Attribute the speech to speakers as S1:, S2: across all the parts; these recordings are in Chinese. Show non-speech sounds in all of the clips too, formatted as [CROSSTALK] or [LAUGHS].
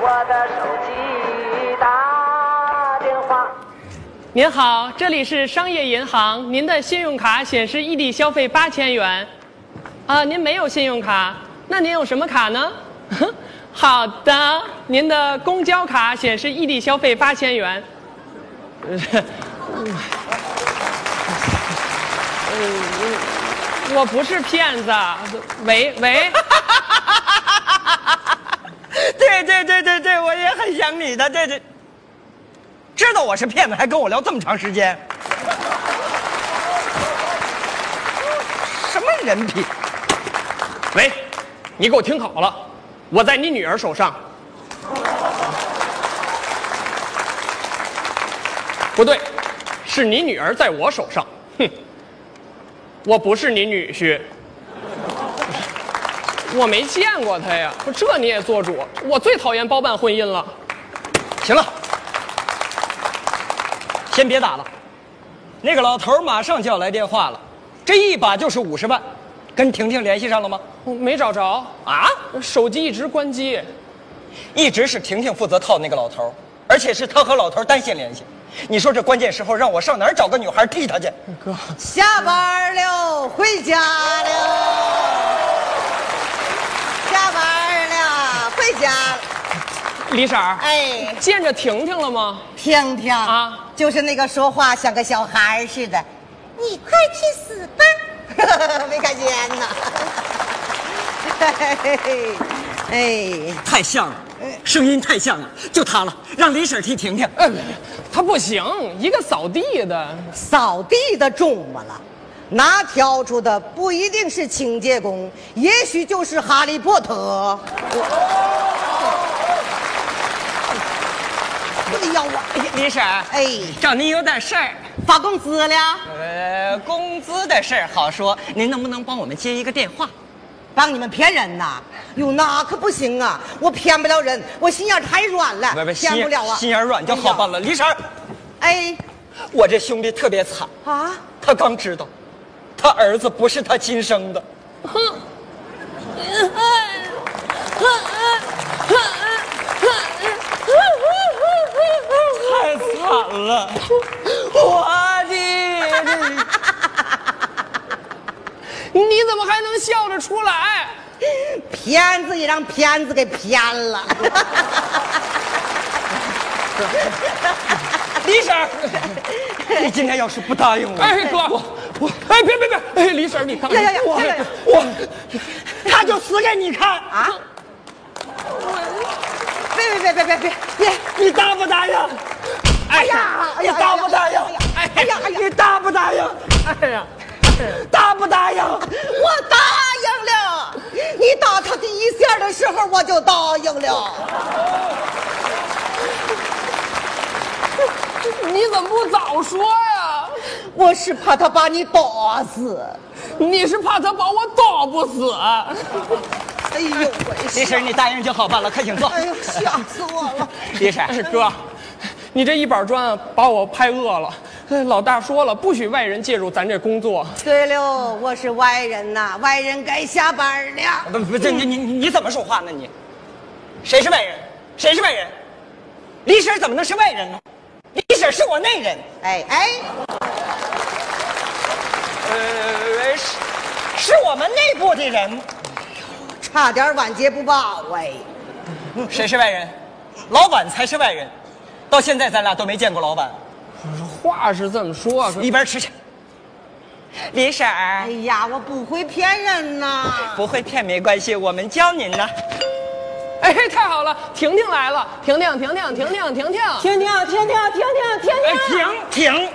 S1: 我的手机打电话。
S2: 您好，这里是商业银行，您的信用卡显示异地消费八千元。啊，您没有信用卡，那您有什么卡呢？ [LAUGHS] 好的，您的公交卡显示异地消费八千元。 [LAUGHS] 呃我不是骗子，喂喂，
S3: 对对对对对，我也很想你的，对对。知道我是骗子，还跟我聊这么长时间，什么人品？
S4: 喂，你给我听好了，我在你女儿手上。不对，是你女儿在我手上。哼，我不是你女婿，我没见过他呀。不，这你也做主？我最讨厌包办婚姻了。
S3: 行了，先别打了，那个老头儿马上就要来电话了，这一把就是五十万，跟婷婷联系上了吗？
S2: 我没找着，
S3: 啊，
S2: 手机一直关机。
S3: 一直是婷婷负责套那个老头儿，而且是她和老头儿单线联系。你说这关键时候让我上哪儿找个女孩替他去？
S5: 下班了，回家了。下班了，回家了。
S2: 李婶儿，
S5: 哎，
S2: 见着婷婷了吗？
S5: 听听
S2: 啊
S5: 啊，就是那个说话像个小孩儿似的。你快去死吧！ [LAUGHS] 没看见呐。哎，
S3: 太像了，声音太像了，就他了，让李婶替婷婷。
S2: 哎她不行，一个扫地的，
S5: 扫地的中我了，拿笤帚的不一定是清洁工，也许就是哈利波特。我哎得要我，
S3: 李李婶儿，
S5: 哎，
S3: 找您有点事儿。
S5: 发工资了，
S3: 呃，工资的事儿好说，您能不能帮我们接一个电话？
S5: 帮你们骗人呐？哟，那可不行啊，我骗不了人，我心眼儿太软了，
S3: 心
S5: 骗不了啊，
S3: 心眼软就好办
S5: 了。
S3: 了。李婶儿，
S5: 哎，
S3: 我这兄弟特别惨，
S5: 啊，
S3: 他刚知道，他儿子不是他亲生的。太惨了，我的。
S2: 你怎么还能笑着出来？
S5: 骗子也让骗子给骗了。
S3: 李
S4: [LAUGHS]
S3: 婶儿， [LAUGHS] 你今天要是不答应我，
S2: 哎，哥，我我哎，别别别，哎，李婶儿，你看，
S5: 呀呀呀
S2: 我
S5: 呀呀呀
S2: 我
S3: 他就死给你看。
S5: 啊！别别别别别别别！
S3: 你答不答应？
S2: 哎
S5: 哎呀，哎
S3: 你
S5: 呀，
S3: 答不答应？
S5: 哎呀哎呀，
S3: 你答不答应？
S2: 哎呀，
S3: 答不答应？
S5: [LAUGHS] 我答应了。你打他第一下的时候，我就答应了。
S2: 你怎么不早说呀？
S5: 我是怕他把你打死。
S2: 你是怕他把我打不死？啊
S5: 哎呦喂！
S3: 李婶，你答应就好办了，快请坐。
S5: 哎呦，吓死我了！
S3: 李婶，
S2: 哎，哥， [LAUGHS] 你这一板砖把我拍饿了。哎老大说了，不许外人介入咱这工作。
S5: 对了，我是外人呐，外人该下班了。
S3: 不不，这你你你怎么说话呢？你，谁是外人？谁是外人？李婶怎么能是外人呢？李婶是我内人。
S5: 哎哎，
S3: 呃，是是我们内部的人。
S5: 差点晚节不保哎！
S3: 谁是外 [LAUGHS] 人？老板才是外人。到现在咱俩都没见过老板。
S2: 话是这么说，可
S3: 一边吃去。李婶儿
S5: 哎呀，我不会骗人呐。
S3: 不会骗没关系，我们教您呢。
S2: 哎，太好了，婷婷来了，婷婷，婷婷，婷婷，婷婷，哎
S3: 婷婷，婷婷，婷婷，婷婷，婷婷。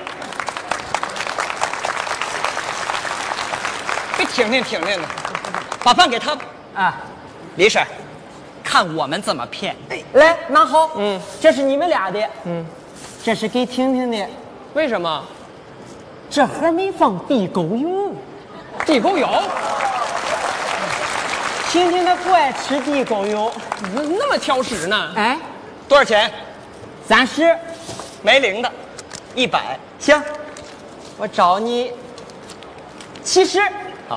S3: 别婷婷婷婷的，把饭给他吧。
S6: 啊，
S3: 李婶儿，看我们怎么骗。
S6: 来拿好，嗯，这是你们俩的，嗯，这是给婷婷的，
S2: 为什么？
S6: 这盒没放地沟油，
S2: 地沟油，
S6: 婷婷她不爱吃地沟油，
S2: 你怎么那么挑食呢？
S6: 哎，
S3: 多少钱？
S6: 三十，
S3: 没零的，一百。
S6: 行，我找你七十，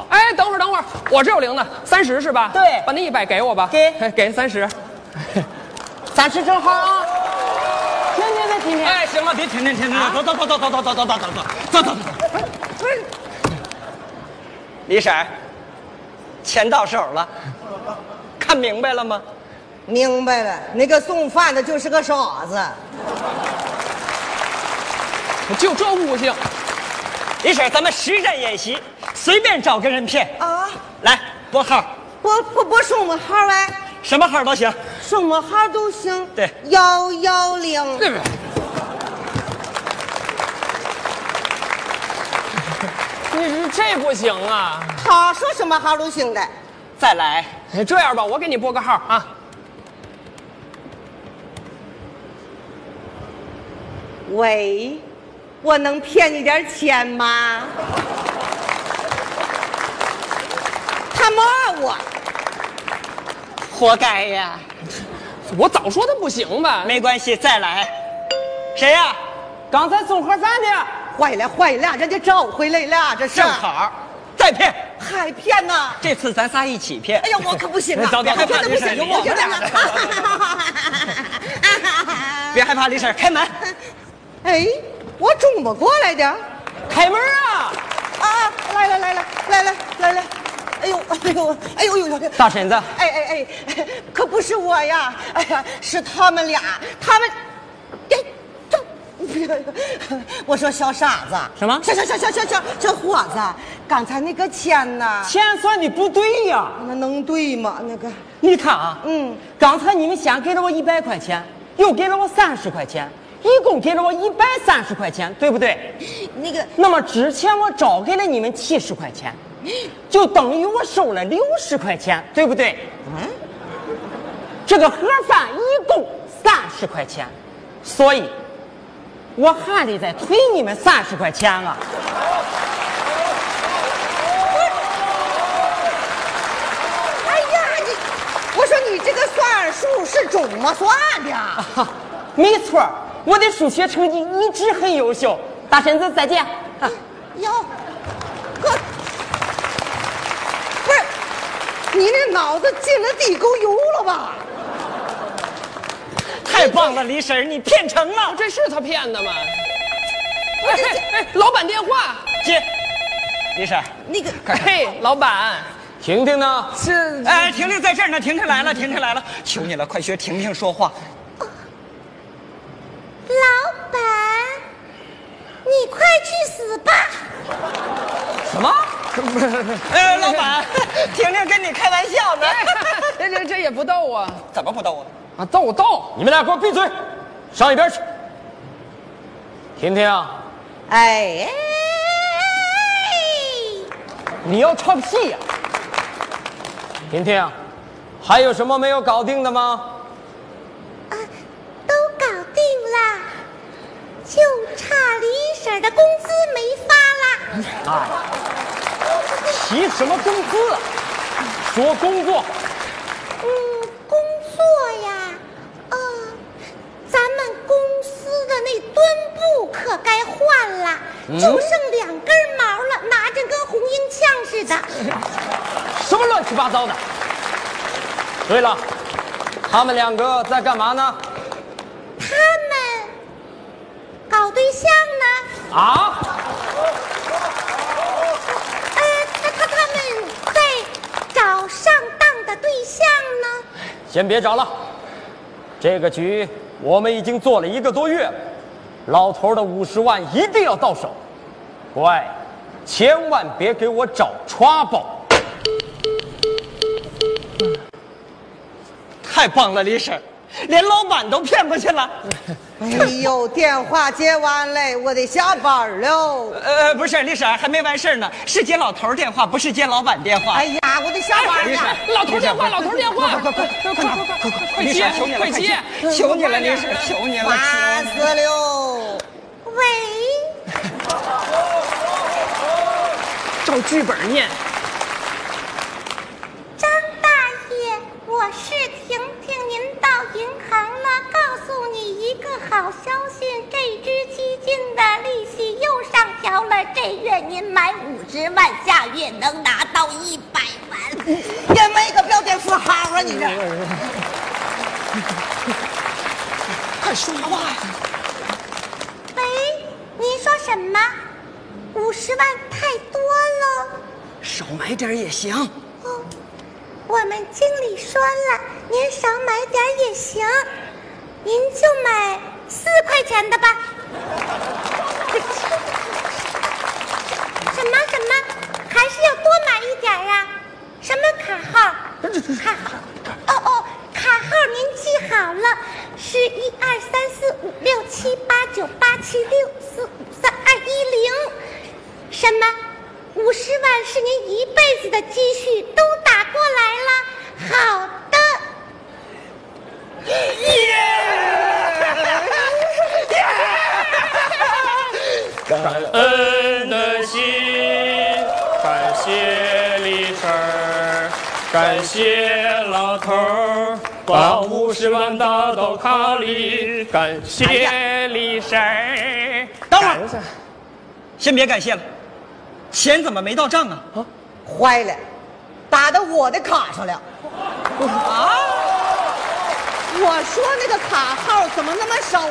S2: 哎，等会儿，等会儿，我这有零的，三十是吧？哎
S6: 对
S2: 把那一百给我吧。
S6: 给
S2: 哎给三十。
S6: 咱吃正好啊！停停停停停！
S3: 哎，行了，别停停停停
S5: 啊
S3: 了，走走走走走走走走走走走走走走。李婶儿，钱到手了，看明白了吗？
S5: 明白了，那个送饭的就是个傻子。
S2: 就这悟性，
S3: 李婶儿，咱们实战演习，随便找个人骗
S5: 啊！
S3: 来拨号，
S5: 我我我送个号哎，
S3: 什么号都行。
S5: 送个号都行。
S3: 对
S5: 幺幺零。
S2: 对不对？你这不行啊！哎
S5: 好，说什么号都行的。
S3: 再来，
S2: 这样吧，我给你拨个号啊，
S5: 喂，我能骗你点钱吗？他骂我，
S3: 活该呀。
S2: 我早说他不行吧？
S3: 没关系，再来。谁呀、
S6: 刚才送盒饭的，
S5: 坏了坏了，人家找回来了，这是
S3: 正好，再骗。
S5: 还骗呢？
S3: 这次咱仨一起骗。
S5: 哎呀，我可不行了，
S3: 走走
S5: 我真的不
S3: 快
S5: 行，
S3: 点快
S5: 我
S3: 点
S5: 真
S3: 快点别
S5: 的。
S3: 害怕，李婶儿，开门。
S5: 哎，我中不过来的。
S6: 开门啊！
S5: 啊，来来来来来来来来，哎呦哎呦哎呦呦呦！
S6: 大婶子，
S5: 哎哎哎，可不是我呀！ [LAUGHS] 哎呀，是他们俩，他们，哎，这， [LAUGHS] 我说小傻子，
S6: 什么
S5: 小小小小小小小伙子，刚才那个钱呢？
S6: 钱算的不对呀、
S5: 那能对吗？那个，
S6: 你看啊，
S5: 嗯，
S6: 刚才你们先给了我一百块钱，又给了我三十块钱，一共给了我一百三十块钱，对不对？
S5: 那个，
S6: 那么之前我找给了你们七十块钱，就等于我收了六十块钱，对不对？
S5: 嗯，
S6: 这个盒饭一共三十块钱，所以，我还得再退你们三十块钱啊！
S5: 哎呀，你，我说你这个算术是怎么算
S6: [LAUGHS]
S5: 的？
S6: 哈，没错儿，我的数学成绩一直很优秀。大婶子，再见。啊
S5: 哟，哥，不是，你那脑子进了地沟油了吧？
S3: 太棒了，李婶儿，你骗成了。
S2: 这是他骗的吗？哎哎哎，老板电话。
S3: 接，李婶儿。
S5: 那个，
S2: 嘿，
S6: [LAUGHS]
S2: 老板，
S4: 婷
S2: [LAUGHS]
S4: 婷呢？
S2: 这
S5: 嗯
S3: 哎，婷婷在这儿呢，婷婷来了，婷婷来了，求你了，快学婷婷说话。
S7: 老板，你快去死吧！
S3: 什么？哎，老板，
S5: [LAUGHS]
S3: 婷婷跟你开玩笑呢。
S5: 哎
S2: 这这这也不逗啊
S3: [LAUGHS] 怎么不逗我？
S2: 啊，逗逗，
S4: 你们俩给我闭嘴，上一边去。婷婷，
S5: 哎，
S4: 你要唱戏呀、婷婷，还有什么没有搞定的吗？
S7: 啊，都搞定了，就差李婶儿的工资没发了。
S4: 提什么工资啊？说工作，
S7: 嗯，工作呀，呃，咱们公司的那墩布可该换了，就剩两根毛了，拿着跟红缨枪似的。
S4: 什么乱七八糟的。对了，他们两个在干嘛呢？
S7: 他们搞对象呢？
S4: 啊？
S7: 呃，那他他们在找上当的对象呢？
S4: 先别找了，这个局我们已经做了一个多月了，老头儿的五十万一定要到手，乖，哎千万别给我找 trouble。
S3: 嗯太棒了，李婶儿，连老板都骗过去了。
S5: 哎呦，电话接完嘞，我得下班喽。
S3: 呃，不是，李婶儿还没完事儿呢，是接老头儿电话，不是接老板电话。
S5: 哎呀，我得下班
S3: 李婶
S5: 了。
S3: 儿，
S2: 老头电话，老头电话，快快快快快快
S3: 李婶
S2: 接
S3: 儿，求你，了，
S2: 快接，
S3: 求你了，李婶儿，求你了，
S5: 烦
S3: 求你了。
S5: 死了！
S7: 喂，
S2: 照剧本念。
S7: 张大爷，我是婷婷，您到银行了，告诉你一个好消息，这支基金的利息又上调了，这月您买五十万，下月能拿到一百万。
S5: 也没个标点符号啊，你这。
S7: 喂，您说什么？五十万太多了。
S3: 少买点儿也行。
S7: 哦，我们经理说了，您少买点儿也行，您就买四块钱的吧。什么什么，还是要多买一点儿啊？什么卡号？卡号？哦哦，卡号您记好了，是一二三四五六七八九八七六四五三二一零。什么？五十万是您一辈子的积蓄都打过来了？好的。
S8: 恩的心，感谢李婶儿，感谢老头儿，把五十万打到卡里，感谢李婶儿。
S3: 等会儿，先别感谢了，钱怎么没到账啊？
S5: 坏了，打到我的卡上了。啊我说那个卡号怎么那么少 [LAUGHS] 啊？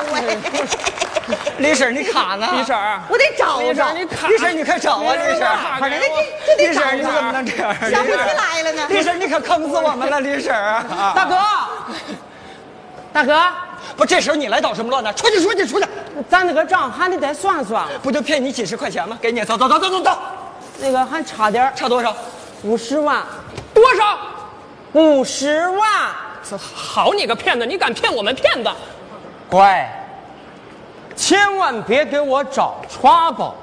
S3: 李婶儿，你卡呢？
S2: 李婶儿，啊
S5: 我得找
S2: 李婶
S5: 找
S2: 儿，，你卡，
S3: 李婶儿，你快找啊！李婶儿，
S5: 反正
S2: 给我
S5: 这这
S3: 李
S5: 得
S3: 婶儿，你怎
S5: 找
S3: 么
S2: 啊
S5: 找。
S3: 能这样？
S5: 想不起来了呢。
S3: 李婶儿，你可坑死我们了！李婶儿
S6: [LAUGHS]
S3: 啊，
S2: 大哥，大哥。
S3: 不，这时候你来捣什么乱呢？出去，出去，出去！
S6: 咱那个账还得再算算，
S3: 不就骗你几十块钱吗？给你，走走走走走走，
S6: 那个还差点
S3: 差多少？
S6: 五十万，
S2: 多少？
S6: 五
S4: 哎
S6: 十万，
S2: 好你个骗子，你敢骗我们骗子？
S4: 乖，千万别给我找 trouble。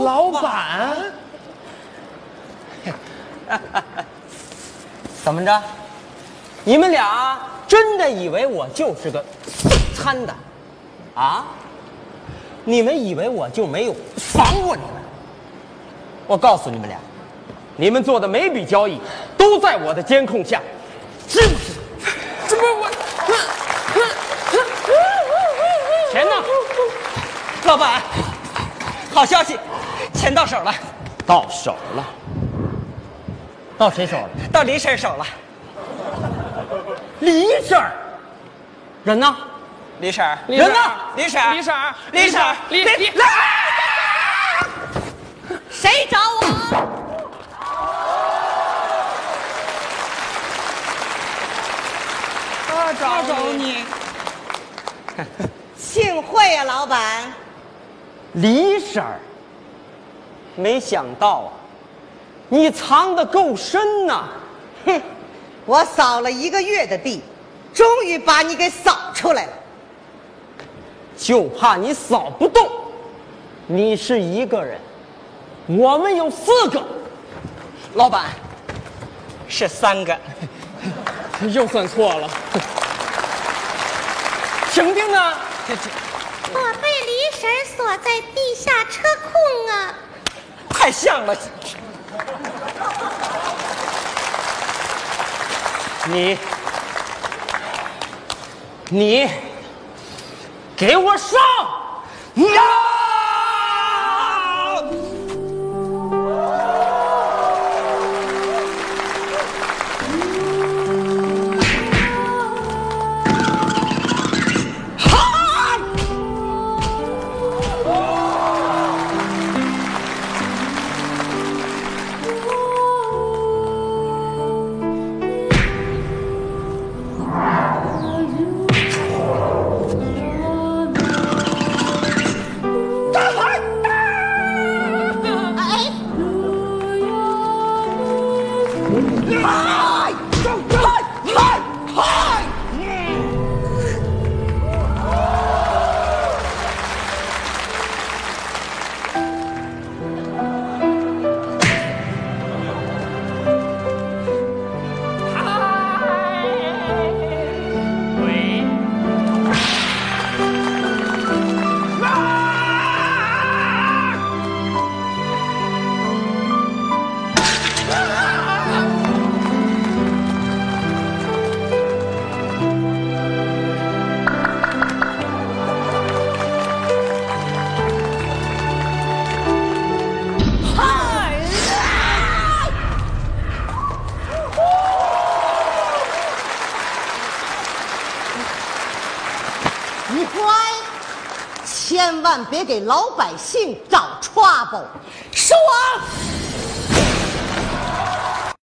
S2: 老板，
S6: [LAUGHS] 怎么着？你们俩真的以为我就是个参的啊？你们以为我就没有防过你们？
S4: 我告诉你们俩，你们做的每笔交易都在我的监控下，知不知道？
S2: 这不我，
S4: 钱呢？
S3: 老板，好消息，钱到手了，
S4: 到手了，到谁手了？
S3: 到李婶儿手了。
S4: 李婶儿，人呢？
S3: 李婶儿，
S2: 人呢？
S3: 李婶
S6: 哎
S3: 儿
S2: 李婶儿，
S3: 李婶儿
S2: 李李
S5: 谁找我？
S3: 我找你。
S5: 幸会呀、老板。
S4: 李婶儿，
S6: 没想到啊，你藏得够深呐、
S5: 哼，我扫了一个月的地，终于把你给扫出来了。
S6: 就怕你扫不动。你是一个人，我们有四个，
S3: 老板，是三个。
S2: 又算错
S6: [LAUGHS]
S2: 了。
S6: 婷婷呢？
S7: 我被李婶儿锁在地下车库啊！
S3: 太像了，
S4: 你，你，给我上！呀！
S7: 啊！
S5: 你乖，千万别给老百姓找 trouble。是我。